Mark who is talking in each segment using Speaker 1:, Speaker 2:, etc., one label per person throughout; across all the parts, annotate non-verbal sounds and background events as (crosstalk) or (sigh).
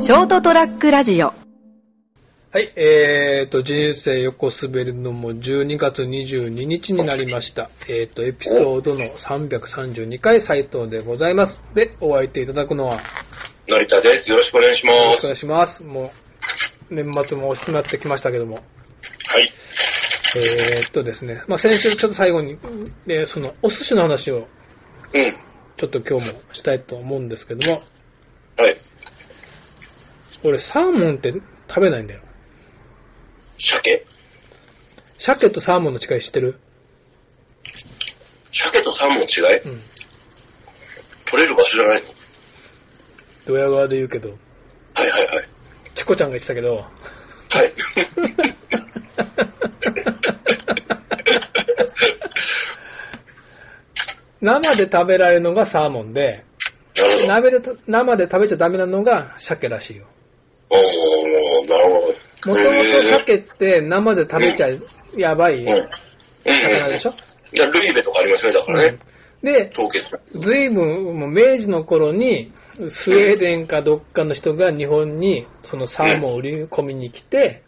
Speaker 1: ショートトラックラジオ
Speaker 2: はい、えー、と、人生横滑るのも12月22日になりました。えー、と、エピソードの332回斉藤でございます。で、お相手いただくのは、よ
Speaker 3: のりたです。よろしくお願いしま
Speaker 2: ろしくお
Speaker 3: す。
Speaker 2: 願いします。もう、年末も惜しくなってきましたけども。
Speaker 3: はい。
Speaker 2: えー、とですね、まあ、先週ちょっと最後に、えーその、お寿司の話を
Speaker 3: うん。
Speaker 2: ちょっと今日もしたいと思うんですけども、
Speaker 3: はい。
Speaker 2: 俺、サーモンって食べないんだよ。
Speaker 3: 鮭
Speaker 2: 鮭とサーモンの違い知ってる
Speaker 3: 鮭とサーモンの違い
Speaker 2: うん。
Speaker 3: 取れる場所じゃないの
Speaker 2: ドヤ側で言うけど、
Speaker 3: はいはいはい。
Speaker 2: チコちゃんが言ってたけど、 (laughs)
Speaker 3: はい。
Speaker 2: (laughs) 生で食べられるのがサーモンで、
Speaker 3: なるほど。
Speaker 2: 鍋でと生で食べちゃダメなのが鮭らしいよ。
Speaker 3: おー、なるほど。
Speaker 2: もとも
Speaker 3: へ
Speaker 2: と
Speaker 3: ー
Speaker 2: 鮭って生で食べちゃやばい
Speaker 3: うん。うん。
Speaker 2: 魚でしょ、
Speaker 3: いや、ルイベとかありますね、だからね。
Speaker 2: うんで、
Speaker 3: 凍結。は
Speaker 2: ずいぶん、もう明治の頃に、スウェーデンかどっかの人が日本に、そのサーモンを売り込みに来て、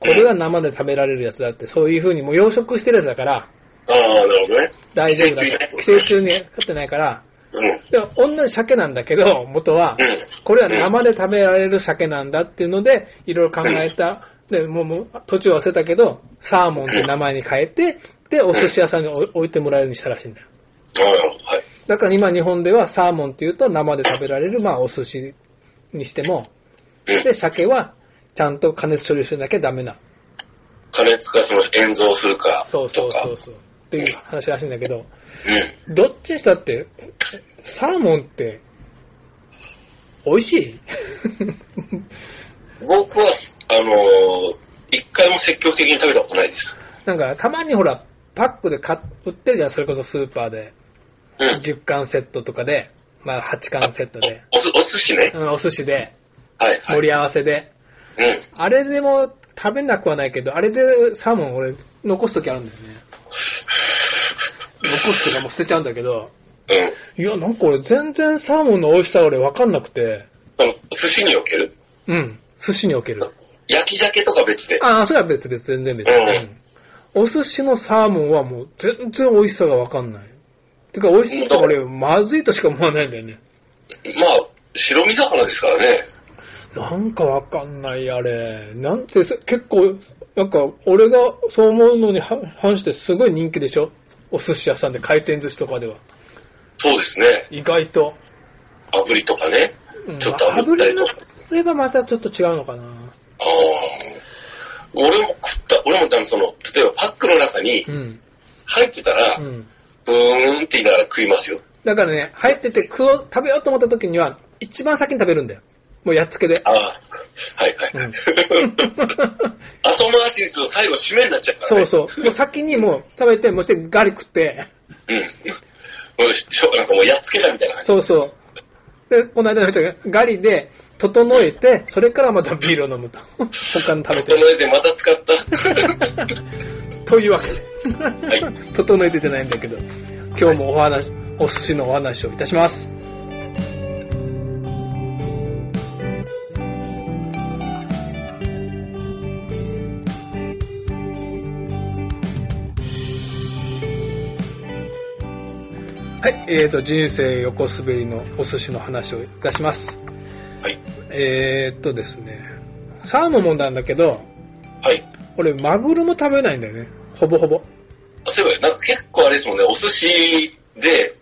Speaker 2: これが生で食べられるやつだって、そういう風に、もう養殖してるやつだから、
Speaker 3: あー、なるほどね。
Speaker 2: 大丈夫だと。寄生虫に飼ってない
Speaker 3: (laughs)
Speaker 2: から、
Speaker 3: うん。うん。
Speaker 2: でも同じ鮭なんだけど、元は、これは生で食べられる鮭なんだっていうので、いろいろ考えた。で、もう、もう、途中忘れたけど、サーモンって名前に変えて、で、お寿司屋さんに置い置いてもらえるようにしたらしいんだよ。
Speaker 3: あー、なるほど。はい。
Speaker 2: だから今日本ではサーモンっていうと生で食べられる、まあお寿司にしても、
Speaker 3: うん
Speaker 2: で、。鮭はちゃんと加熱処理しなきゃダメな。
Speaker 3: 加熱かその塩蔵するか。
Speaker 2: そうそうそう
Speaker 3: とか
Speaker 2: そう。っていう話らしいんだけど、
Speaker 3: うん。
Speaker 2: どっちにしたって、サーモンって、美味しい
Speaker 3: 僕は、あのー、一回も積極的に食べたことないです。
Speaker 2: なんか、たまにほら、パックで買っ売ってるじゃん、それこそスーパー
Speaker 3: (coughs)
Speaker 2: で。
Speaker 3: うん。
Speaker 2: 10巻セットとかで、まあ8巻セットで、
Speaker 3: おお寿お寿司ね
Speaker 2: う。んお寿司で、
Speaker 3: はいはい。
Speaker 2: 盛り合わせで。
Speaker 3: うん。
Speaker 2: あれでも食べなくはないけど、あれでサーモン俺残すときあるんだよね。残すとかもう捨てちゃうんだけど、
Speaker 3: うん。
Speaker 2: いや、なんか俺全然サーモンの美味しさ俺わかんなくて、
Speaker 3: その、寿司における
Speaker 2: うん、寿司における。
Speaker 3: 焼き鮭とか別で。
Speaker 2: ああ、それは別別、全然別。
Speaker 3: うん
Speaker 2: うんお寿司のサーモンはもう全然美味しさがわかんない。てか美味しいとか俺、まずいとしか思わないんだよね。
Speaker 3: まあ、白身魚ですからね。
Speaker 2: なんかわかんない、あれ。なんて、せ結構、なんか、俺がそう思うのに反反してすごい人気でしょお寿司屋さんで回転寿司とかでは。
Speaker 3: そうですね。
Speaker 2: 意外と。
Speaker 3: 炙りとかね。
Speaker 2: うん、
Speaker 3: ちょっと
Speaker 2: 炙
Speaker 3: 炙った
Speaker 2: り
Speaker 3: りと
Speaker 2: の
Speaker 3: か。
Speaker 2: ればまたちょっと違うのかな。
Speaker 3: ああ。俺も食った、俺も多分その、例えばパックの中に
Speaker 2: うん。
Speaker 3: 入ってたら、
Speaker 2: うん。
Speaker 3: ブーンって言いながら食いますよ。
Speaker 2: だからね、入ってて食おう、食べようと思った時には、一番先に食べるんだよ。もうやっつけで。
Speaker 3: ああ。はいはい。
Speaker 2: うん
Speaker 3: (laughs) 後回しにすると最後締めになっちゃうから
Speaker 2: (laughs) そう
Speaker 3: ね。
Speaker 2: そう。もう先にもう食べて、もうしてガリ食って。
Speaker 3: う。うん。もうしょなんかもうやっつけたみたいな感じ。
Speaker 2: そうそう。で、この間の人がガリで整えて、それからまたビールを飲むと。 (laughs) 他の食べてる。
Speaker 3: 整えてまた使った。
Speaker 2: というわけで。
Speaker 3: い
Speaker 2: 整えててないんだけど、今日もお話、お寿司のお話をいたします。はい、えーと、人生横滑りのお寿司の話をいたします。
Speaker 3: はい。
Speaker 2: えーとですね、サーモンもなんだけど、
Speaker 3: はい。
Speaker 2: 俺、マグロも食べないんだよね。ほぼほぼ。
Speaker 3: そういえば、なんか結構あれですもんね、お寿司で、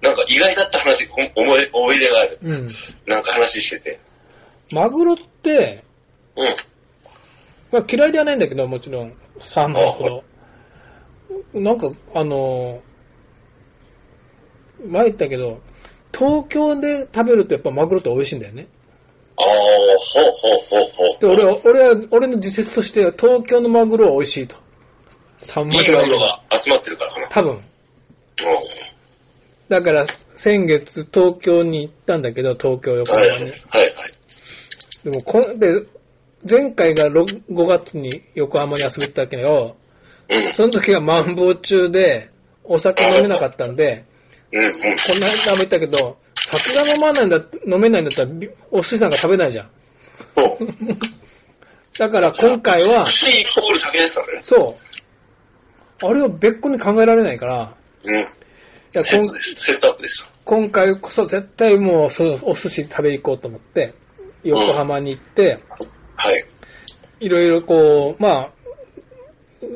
Speaker 3: なんか意外だった話、ほん思い思い出がある。
Speaker 2: うん。
Speaker 3: なんか話してて。
Speaker 2: マグロって、
Speaker 3: うん。
Speaker 2: まあ、嫌いではないんだけど、もちろん、サーモンのほど。なんか、あのー前言ったけど、東京で食べるとやっぱマグロって美味しいんだよね。
Speaker 3: ああ、ほうほうほうほう。
Speaker 2: で、俺は、俺は、俺の自説としては東京のマグロは美味しいと。3
Speaker 3: いいマグロが集まってるからかな。
Speaker 2: 多分。
Speaker 3: うん。
Speaker 2: だから、先月東京に行ったんだけど、東京横
Speaker 3: はい
Speaker 2: 浜
Speaker 3: はい
Speaker 2: に。
Speaker 3: は
Speaker 2: で
Speaker 3: い。
Speaker 2: もこん、で、前回が6 5月に横浜に遊びに行ったけど、
Speaker 3: うん。
Speaker 2: その時はマンボウ中で、お酒飲めなかったんで、
Speaker 3: うんうん。
Speaker 2: こんな間も言ったけど、酒が飲まないんだ、飲めないんだったら、びお寿司なんか食べないじゃん。
Speaker 3: そう。
Speaker 2: だから今回は、
Speaker 3: 寿司イコール酒ですからね。
Speaker 2: そう。あれを別個に考えられないから、
Speaker 3: うん。
Speaker 2: いや
Speaker 3: セ
Speaker 2: こ
Speaker 3: ッ
Speaker 2: ん
Speaker 3: トです。セットアップです。
Speaker 2: 今回こそ絶対もうそうお寿司食べ行こうと思って、横浜に行って、
Speaker 3: はい。
Speaker 2: いろいろこう、まあ、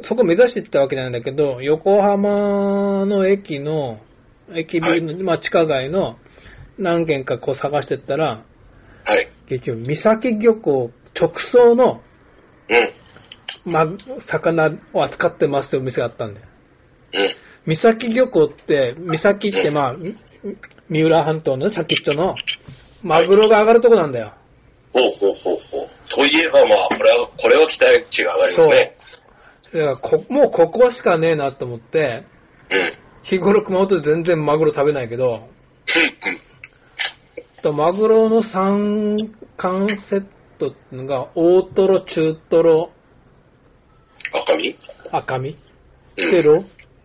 Speaker 2: そこ目指していったわけなんだけど、横浜の駅の、駅ビルの、まあ地下街の何軒かこう探してったら、
Speaker 3: はい。
Speaker 2: 結局、三崎漁港直送の、
Speaker 3: うん。
Speaker 2: ま、魚を扱ってますってお店があったんだよ。
Speaker 3: うん。
Speaker 2: 三崎漁港って、三崎ってまあ、み三浦半島のね先っちょの、マグロが上がるとこなんだよ。
Speaker 3: ほうほうほうほう。といえばまあ、これは、これは期待値が上がりますね。
Speaker 2: だからこ、もうここしかねえなと思って、
Speaker 3: うん。
Speaker 2: 日頃熊本で全然マグロ食べないけど、
Speaker 3: うん。
Speaker 2: とマグロの3貫セットってのが、大トロ、中トロ、
Speaker 3: 赤身
Speaker 2: 赤身
Speaker 3: うん。
Speaker 2: でろ、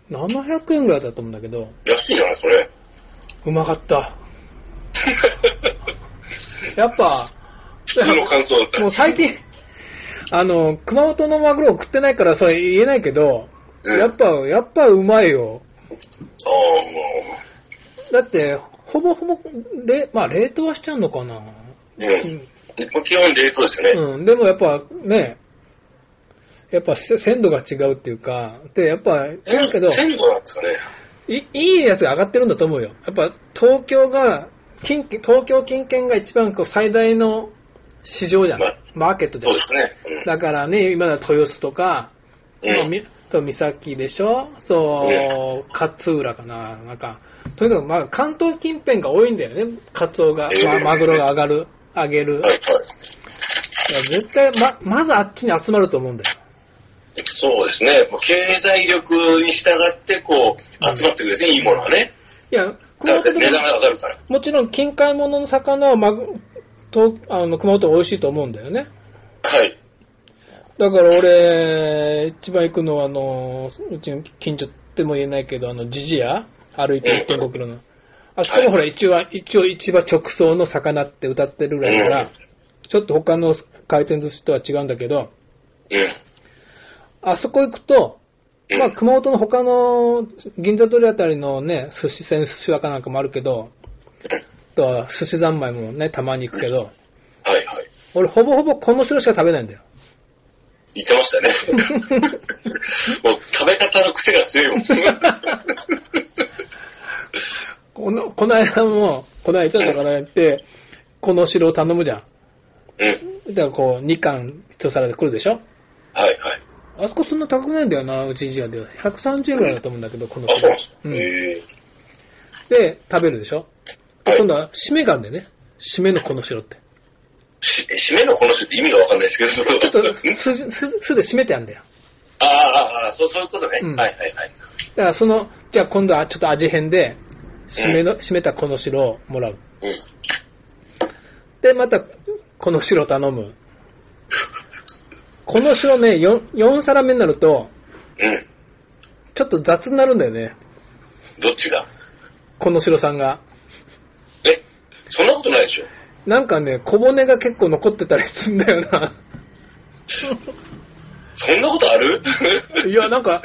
Speaker 2: 700円ぐらいだと思うんだけど、
Speaker 3: 安いじゃない、それ。
Speaker 2: うまか
Speaker 3: (laughs)
Speaker 2: った。やっぱ、
Speaker 3: 普通の感想だったら。
Speaker 2: もう最近、あの、熊本のマグロ食ってないからそれ言えないけど、
Speaker 3: うん
Speaker 2: やっぱ、やっぱうまいよ。
Speaker 3: ああ、
Speaker 2: だって、ほぼほぼ、で、まあ冷凍はしちゃうのかな。
Speaker 3: もう。うん。基本冷凍ですよね。
Speaker 2: うん、でもやっぱね、やっぱせ鮮度が違うっていうか、で、やっぱ、違うけど、
Speaker 3: 鮮度なんですかね。
Speaker 2: いいいやつが上がってるんだと思うよ。やっぱ東京が、近畿東京近県が一番こう最大の市場じゃん
Speaker 3: まあ。
Speaker 2: マーケットじゃ
Speaker 3: そうんで。すね。
Speaker 2: だからね、今だ豊洲とか、
Speaker 3: うん。
Speaker 2: ま
Speaker 3: う
Speaker 2: あ
Speaker 3: ん。
Speaker 2: みそう三崎でしょそう、勝浦かななんか、とにかくまあ関東近辺が多いんだよね。カツオが、
Speaker 3: ええ
Speaker 2: まあマグロが上がる、上げる
Speaker 3: はい。はい。
Speaker 2: いや絶対、ま、まずあっちに集まると思うんだよ。
Speaker 3: そうですね。もう経済力に従って、こう、集まってくるんですね、いいものはね。
Speaker 2: いや、熊
Speaker 3: だって
Speaker 2: 本
Speaker 3: 値
Speaker 2: で
Speaker 3: 段
Speaker 2: も、
Speaker 3: が上がるから。
Speaker 2: もちろん近海物の魚はマグ、とあの熊本は美味しいと思うんだよね。
Speaker 3: はい。
Speaker 2: だから俺、一番行くのは、あの、うちの近所っても言えないけど、あの、ジジ屋歩いて1.5キロの。あそこもほら、一応、一応市場直送の魚って歌ってるぐらいだか
Speaker 3: う
Speaker 2: ら
Speaker 3: ん、
Speaker 2: ちょっと他の回転寿司とは違うんだけど、
Speaker 3: うん。
Speaker 2: あそこ行くと、
Speaker 3: うん
Speaker 2: まあ、熊本の他の銀座通りあたりのね、寿司船、寿司若なんかもあるけど、あとは寿司三昧もね、たまに行くけど、
Speaker 3: はいはい。
Speaker 2: 俺ほぼほぼこの白しか食べないんだよ。
Speaker 3: 言ってましたね。もう食べ方の癖が強いもん。
Speaker 2: この、この間も、この間だから行って、この白を頼むじゃん。
Speaker 3: うん。
Speaker 2: だからこう、2貫1皿で来るでしょ
Speaker 3: はいはい。
Speaker 2: あそこそんな高くないんだよな、うちじやで。130円ぐらいだと思うんだけど、この
Speaker 3: あ、そうなんですか。
Speaker 2: うん。
Speaker 3: へえ。
Speaker 2: で、食べるでしょ
Speaker 3: は
Speaker 2: で、
Speaker 3: い
Speaker 2: 今度は締めがあるんだよね。締めのこの白って。
Speaker 3: し締めのこの人って意味がわかんないですけど、それは
Speaker 2: ちょっと、
Speaker 3: ん
Speaker 2: す、す、すで締めてあるんだよ。
Speaker 3: ああ、ああ、そう、そういうことね。
Speaker 2: うん
Speaker 3: はいはいはい。
Speaker 2: だからその、じゃあ今度はちょっと味変で、締めの、締めたこの白をもらう。
Speaker 3: うん。
Speaker 2: で、また、この白頼む。この白ね、4、4皿目になると、
Speaker 3: うん。
Speaker 2: ちょっと雑になるんだよね。
Speaker 3: どっちが
Speaker 2: この白さんが。
Speaker 3: え、そんなことないでしょ。
Speaker 2: なんかね、小骨が結構残ってたりするんだよな。
Speaker 3: そんなことある
Speaker 2: (laughs) いや、なんか、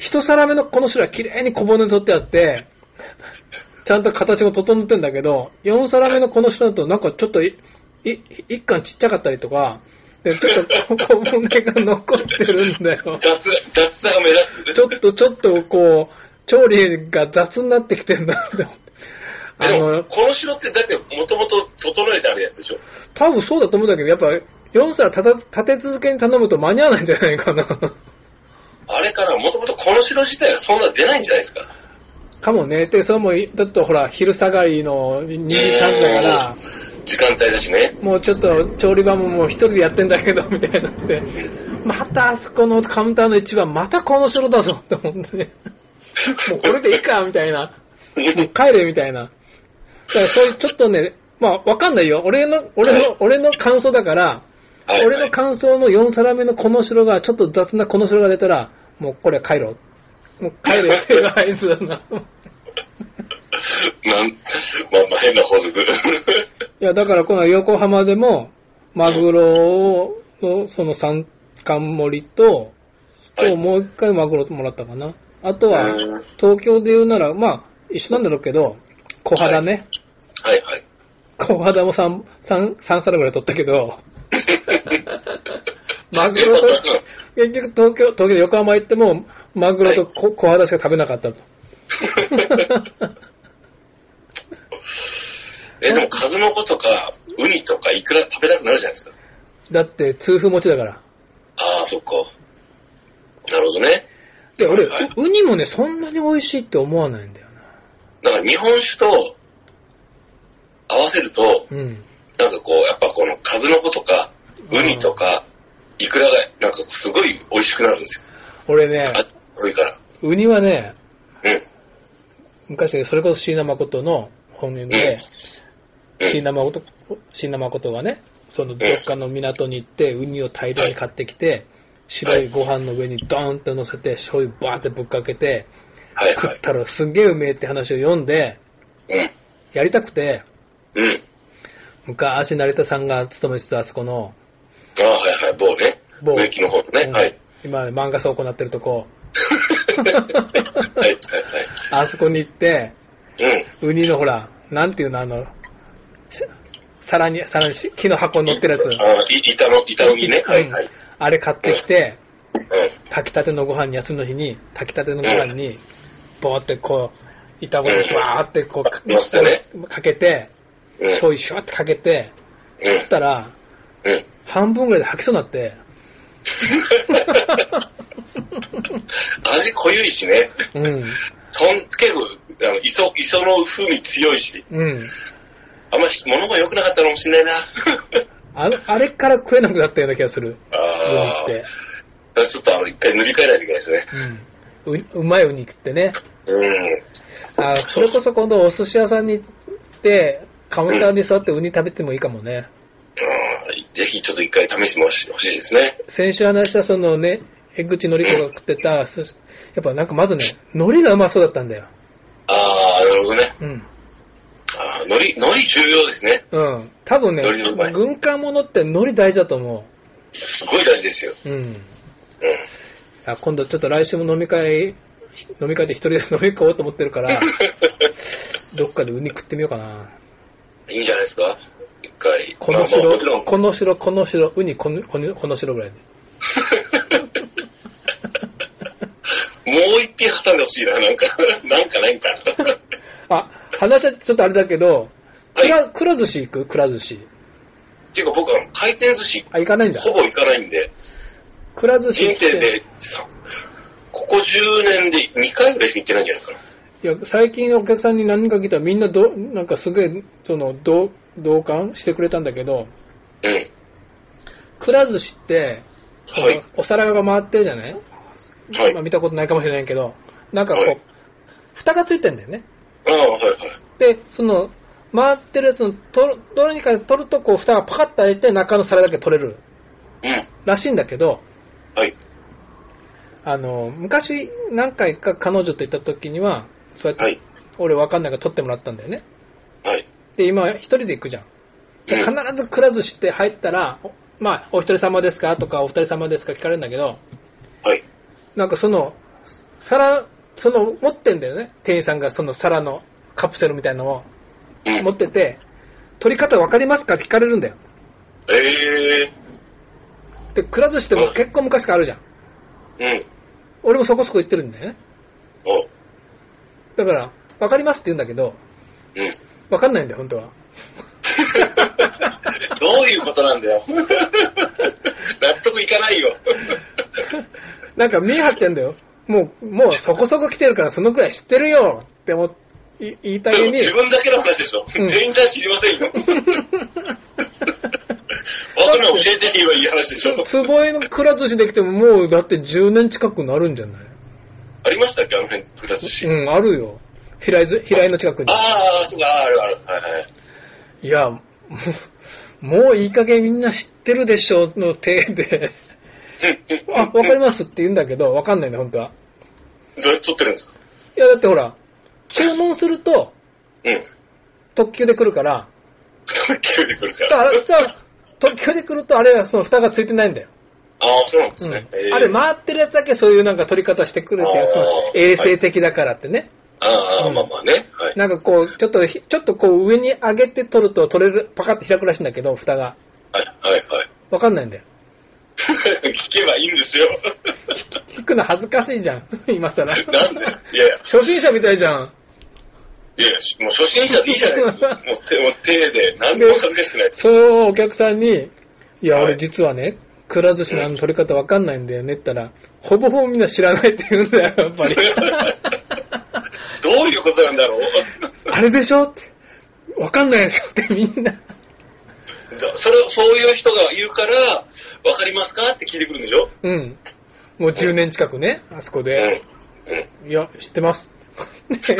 Speaker 2: い一皿目のこの白は綺麗に小骨取ってあって、ちゃんと形が整ってんだけど、4皿目のこの白だとなんかちょっとい、い一貫ちっちゃかったりとか、で、ちょっとこ (laughs) 小骨が残ってるんだよ。
Speaker 3: 雑、雑さが目立つ。
Speaker 2: ちょっと、ちょっとこう、調理が雑になってきてんだって思って。あ
Speaker 3: でも
Speaker 2: の、
Speaker 3: この城ってだってもともと整えてあるやつでしょ。
Speaker 2: 多分そうだと思うんだけど、やっぱ4皿たた立て続けに頼むと間に合わないんじゃないかな。
Speaker 3: あれからもともとこの城自体がそんな出ないんじゃないですか。
Speaker 2: かもね。で、それも、ちょっとほら、昼下がりの2時3時だから、
Speaker 3: 時間帯だ
Speaker 2: (laughs)
Speaker 3: しね。
Speaker 2: もうちょっと調理場ももう一人でやってんだけど、みたいになって、またあそこのカウンターの一番、またこの城だぞ、って思ってね。もうこれでいいか、みたいな。もう帰れ、みたいな。だからそういう、ちょっとね、まあ、わかんないよ。俺の、俺の、俺の感想だから、
Speaker 3: はい
Speaker 2: 俺
Speaker 3: は
Speaker 2: の
Speaker 3: い。
Speaker 2: 感想の4皿目のこの城が、ちょっと雑なこの城が出たら、もうこれは帰ろう。もう帰れっていう合図だな。
Speaker 3: なん、まあまあ変な法則。 (laughs)
Speaker 2: いや、だからこの横浜でも、マグロのその三貫盛りと、
Speaker 3: はい
Speaker 2: ともう一回マグロもらったかな。あとは
Speaker 3: うん、
Speaker 2: 東京で言うなら、まあ、一緒なんだろうけど、小肌ね。
Speaker 3: はいはい。
Speaker 2: 小肌も三三三皿ぐらい取ったけど、マグ
Speaker 3: (laughs)
Speaker 2: ロと、結局東京、東京で横浜行っても、マグロと小小肌しか食べなかったと。
Speaker 3: (laughs) え、でも数の子とか、ウニとかイクラ食べたくなるじゃないですか。
Speaker 2: だって、痛風持ちだから。
Speaker 3: ああ、そっか。なるほどね。
Speaker 2: で、俺、
Speaker 3: はいう
Speaker 2: ウニもね、そんなに美味しいって思わないんだよな。
Speaker 3: なんか日本酒と合わせると、
Speaker 2: うん。
Speaker 3: なんかこう、やっぱこの数の子とか、ウニとか、イクラが、なんかすごい美味しくなるんですよ。
Speaker 2: 俺ね、
Speaker 3: あ、これから。
Speaker 2: ウニはね、
Speaker 3: うん。
Speaker 2: 昔、それこそ椎名誠の本人で、
Speaker 3: うん
Speaker 2: 椎名誠、椎名誠がね、そのどっかの港に行って、ウニを大量に買ってきて、白いご飯の上にドーンって乗せて、醤油バーってぶっかけて、
Speaker 3: はい
Speaker 2: 食
Speaker 3: は
Speaker 2: っ
Speaker 3: い。
Speaker 2: たらすんげえうめえって話を読んで、
Speaker 3: うん。
Speaker 2: やりたくて、
Speaker 3: うん。
Speaker 2: 昔成田さんが勤めてたあそこの、
Speaker 3: ああ、はいはい。某ね。
Speaker 2: 某
Speaker 3: 植木の方のね。
Speaker 2: うん
Speaker 3: はい。
Speaker 2: 今漫画倉庫なってるとこ、
Speaker 3: はいはい
Speaker 2: あそこに行って、
Speaker 3: はい。うん。
Speaker 2: ウニのほら、なんていうの、あの、し皿に、皿にし木の箱に乗ってるやつ。
Speaker 3: ああ、い板の、板のにね。はいはい。
Speaker 2: あれ買ってきて、
Speaker 3: うん。
Speaker 2: 炊きたてのご飯に、休みの日に、炊きたてのご飯に、ぼーってこう、板ごとバーってこう、か
Speaker 3: 乗せてね
Speaker 2: かけて、
Speaker 3: うん。
Speaker 2: 醤油シュワってかけて、
Speaker 3: う
Speaker 2: 食ったら、
Speaker 3: ん。うん。
Speaker 2: 半分ぐらいで吐きそうになって、
Speaker 3: 味濃ゆいしね。
Speaker 2: うん、
Speaker 3: とん、結構、あの、磯、磯の風味強いし。
Speaker 2: うん。
Speaker 3: あんまり物が良くなかったのかもしれない (laughs) な。
Speaker 2: あのあれから食えなくなったような気がする、ウニ
Speaker 3: ああ。
Speaker 2: って。
Speaker 3: だからちょっとあの、一回塗り替えないといけないですね。
Speaker 2: うん。ううまいウニってね。
Speaker 3: うん。
Speaker 2: あそれこそ今度お寿司屋さんに行って、カウンターに座ってウニ食べてもいいかもね。
Speaker 3: うんぜひちょっと一回試してもほしいですね。
Speaker 2: 先週話したそのね、江口のり子が食ってた、寿司やっぱなんかまずね、海苔がうまそうだったんだよ。
Speaker 3: ああ、なるほどね。
Speaker 2: うん。
Speaker 3: ああ、海苔、海苔重要ですね。
Speaker 2: うん。多分ね
Speaker 3: 海苔うまい、
Speaker 2: 軍艦ものって海苔大事だと思
Speaker 3: すごい大事ですよ。
Speaker 2: う。うん。
Speaker 3: うん。
Speaker 2: あ今度ちょっと来週も飲み会、飲み会で一人 (laughs) で飲み行こうと思ってる
Speaker 3: (laughs)
Speaker 2: から、どっかでウニ食ってみようかな。
Speaker 3: いいんじゃないですか一回。
Speaker 2: この
Speaker 3: まあまあも
Speaker 2: (laughs)
Speaker 3: ちろ
Speaker 2: 白、
Speaker 3: ん。 (laughs)
Speaker 2: この白、この白、ウニ、この、このこの白ぐらいで。
Speaker 3: もう一品挟んでほしいな、なんか。なんかないんか。
Speaker 2: あ、話はちょっとあれだけど、
Speaker 3: は
Speaker 2: く
Speaker 3: い
Speaker 2: ら、くら寿司行くくら寿司。
Speaker 3: っていうか僕は回転寿司、
Speaker 2: あ、行かないんだ。
Speaker 3: ほぼ行かないんで、
Speaker 2: くら寿司
Speaker 3: 人
Speaker 2: っ
Speaker 3: 生
Speaker 2: て、
Speaker 3: で、さここ10年で2回ぐらいしか行ってないんじゃないかな。
Speaker 2: いや、最近お客さんに何人か来たらみんなど、なんかすげえ、その、同、同感してくれたんだけど、
Speaker 3: うん。
Speaker 2: くら寿司って、
Speaker 3: はい。
Speaker 2: お皿が回ってるじゃない、
Speaker 3: はい。
Speaker 2: ま
Speaker 3: あ
Speaker 2: あ見たことないかもしれないけど、なんかこう、
Speaker 3: はい
Speaker 2: 蓋がついてんだよね。
Speaker 3: あ、はいはい。
Speaker 2: で、その、回ってるやつの、取る、どれにか取ると、こう、蓋がパカッと開いて、中の皿だけ取れる
Speaker 3: うん。
Speaker 2: らしいんだけど、
Speaker 3: はい。
Speaker 2: あの、昔何回か彼女と行った時には、そうやって、
Speaker 3: はい。
Speaker 2: 俺わかんないから撮ってもらったんだよね。
Speaker 3: はい。
Speaker 2: で、今一人で行くじゃん。で
Speaker 3: うん
Speaker 2: 必ずくら寿司って入ったら、おまあ、お一人様ですかとか、お二人様ですか聞かれるんだけど、
Speaker 3: はい。
Speaker 2: なんかその、皿、その、持ってんだよね。店員さんがその皿のカプセルみたいなのを
Speaker 3: うん
Speaker 2: 持ってて、取り方わかりますかって聞かれるんだよ。
Speaker 3: え
Speaker 2: で、くら寿司ってもう結構昔からあるじゃん。
Speaker 3: えー。うん。
Speaker 2: 俺もそこそこ行ってるんだよね。
Speaker 3: お、
Speaker 2: だから、わかりますって言うんだけど、
Speaker 3: うん。 (laughs)
Speaker 2: わかんないんだよ、本当は。 (laughs)
Speaker 3: どういうことなんだよ。 (laughs) 納得いかないよ。
Speaker 2: なんか見え張ってんだよ。もう、もうそこそこ来てるからそのくらい知ってるよって思っい言いた
Speaker 3: それ
Speaker 2: げ
Speaker 3: も
Speaker 2: に、
Speaker 3: 自分だけの話でしょ。
Speaker 2: うん
Speaker 3: 全員さん知りませ
Speaker 2: (laughs)
Speaker 3: んよ。僕の教えてって言えばいい話でし
Speaker 2: (laughs)
Speaker 3: ょ。
Speaker 2: つぼえのくら寿司できてももうだって10年近くなるんじゃない
Speaker 3: ありましたっけあの辺、くら寿司。
Speaker 2: うん、あるよ。平井ず平井の近くに
Speaker 3: あ。あ、そうか、あるある。はいはい。
Speaker 2: いや、もうもういい加減みんな知ってるでしょの手で、 (laughs) あ、わかりますって言うんだけど、わかんないね、本当は。
Speaker 3: どうやって撮ってるんですか
Speaker 2: いや、だってほら、注文すると
Speaker 3: うん。 (laughs)
Speaker 2: 特急で来るから、
Speaker 3: 急に来るか。
Speaker 2: だかららさ、と聞こえてくると、あれはその蓋がついてないんだよ。
Speaker 3: ああ、そうなんで
Speaker 2: う
Speaker 3: す
Speaker 2: ん
Speaker 3: ね。えー
Speaker 2: あれ、回ってるやつだけそういうなんか取り方してくるってい
Speaker 3: あ
Speaker 2: う、
Speaker 3: ー
Speaker 2: その衛生的だからってね。
Speaker 3: ああ、
Speaker 2: うん
Speaker 3: まあまあね。はい。
Speaker 2: なんかこう、ちょっとひ、ちょっとこう上に上げて取ると取れる、パカって開くらしいんだけど、蓋が。
Speaker 3: はい、はい、はい。 (laughs)
Speaker 2: わかんないんだよ。
Speaker 3: 聞けばいいん
Speaker 2: (laughs)
Speaker 3: ですよ。
Speaker 2: 引くの恥ずかしいじゃん。 (laughs) 今更。
Speaker 3: なんでいやいや、
Speaker 2: 初心者みたいじゃん。
Speaker 3: いやいや、もう初心者でいいじゃないですか。もう手、もう手で、何でも恥ずかしくない。
Speaker 2: それをお客さんに、いや、
Speaker 3: はい
Speaker 2: 俺実はね、くら寿司のあの取り方わかんないんだよねって言ったら、ほぼほぼみんな知らないって言うんだよ、やっ
Speaker 3: (laughs)
Speaker 2: ぱり。
Speaker 3: どういうことなんだろう
Speaker 2: あれでしょってわかんないでしょってみんな。
Speaker 3: それ、そういう人がいるから、わかりますかって聞いてくるんでしょ
Speaker 2: うん。もう10年近くね、あそこ
Speaker 3: うん。
Speaker 2: で。
Speaker 3: うん。
Speaker 2: いや、知って
Speaker 3: (laughs)
Speaker 2: ます。
Speaker 3: (laughs) じゃ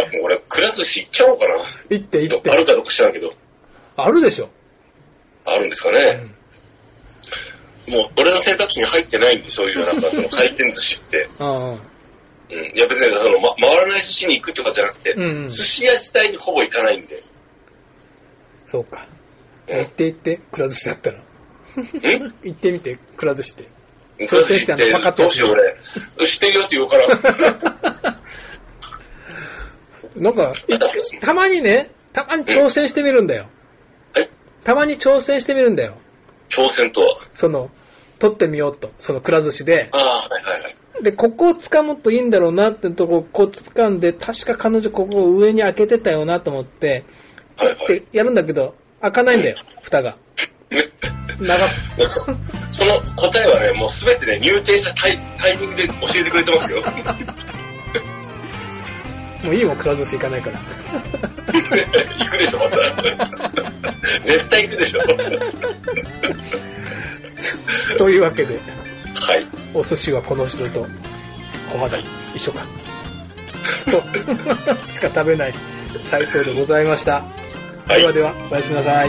Speaker 3: あもう俺、くら寿司行っちゃおうかな。
Speaker 2: 行って行って
Speaker 3: あ。るかどうか知らんけど。
Speaker 2: あるでしょ。
Speaker 3: あるんですか
Speaker 2: う
Speaker 3: ね。
Speaker 2: ん。
Speaker 3: もう、俺の選択肢に入ってないんで、そういう、 (laughs) なんか、その回転寿司って。
Speaker 2: あ
Speaker 3: うん。いや、別に、その、ま、回らない寿司に行くとかじゃなくて、
Speaker 2: うんうん
Speaker 3: 寿司屋自体にほぼ行かないんで。
Speaker 2: あ、そうか。
Speaker 3: う
Speaker 2: 行
Speaker 3: ん
Speaker 2: っ。て行って、くら寿司だったら。
Speaker 3: うん
Speaker 2: 行ってみて、くら寿
Speaker 3: (laughs)
Speaker 2: 司って。
Speaker 3: それ知ってるどうしよう俺。知ってるよって言う (laughs) から。
Speaker 2: なんか、いたまにね、たまに挑戦してみるんだよ。
Speaker 3: はい。
Speaker 2: たまに挑戦してみるんだよ。
Speaker 3: 挑戦とは。
Speaker 2: その、取ってみようと。そのくら寿司で。
Speaker 3: ああ、はいはいはい。
Speaker 2: で、ここを掴むといいんだろうなってとこをこう掴んで、確か彼女ここを上に開けてたよなと思って、
Speaker 3: はいはい。
Speaker 2: でやるんだけど、開かないんだよ、蓋が。長
Speaker 3: その答えはね、もうすべてね、入店したタイタイミングで教えてくれてますよ。
Speaker 2: もういいもん、くら寿司行かないから。
Speaker 3: 行くでしょ、また。絶対行くでしょ。
Speaker 2: (laughs) というわけで、
Speaker 3: はい。
Speaker 2: お寿司はこの人と、小肌一緒か。と、
Speaker 3: (laughs)
Speaker 2: しか食べない斎藤でございました。
Speaker 3: はい
Speaker 2: ではでは、おやすみなさい。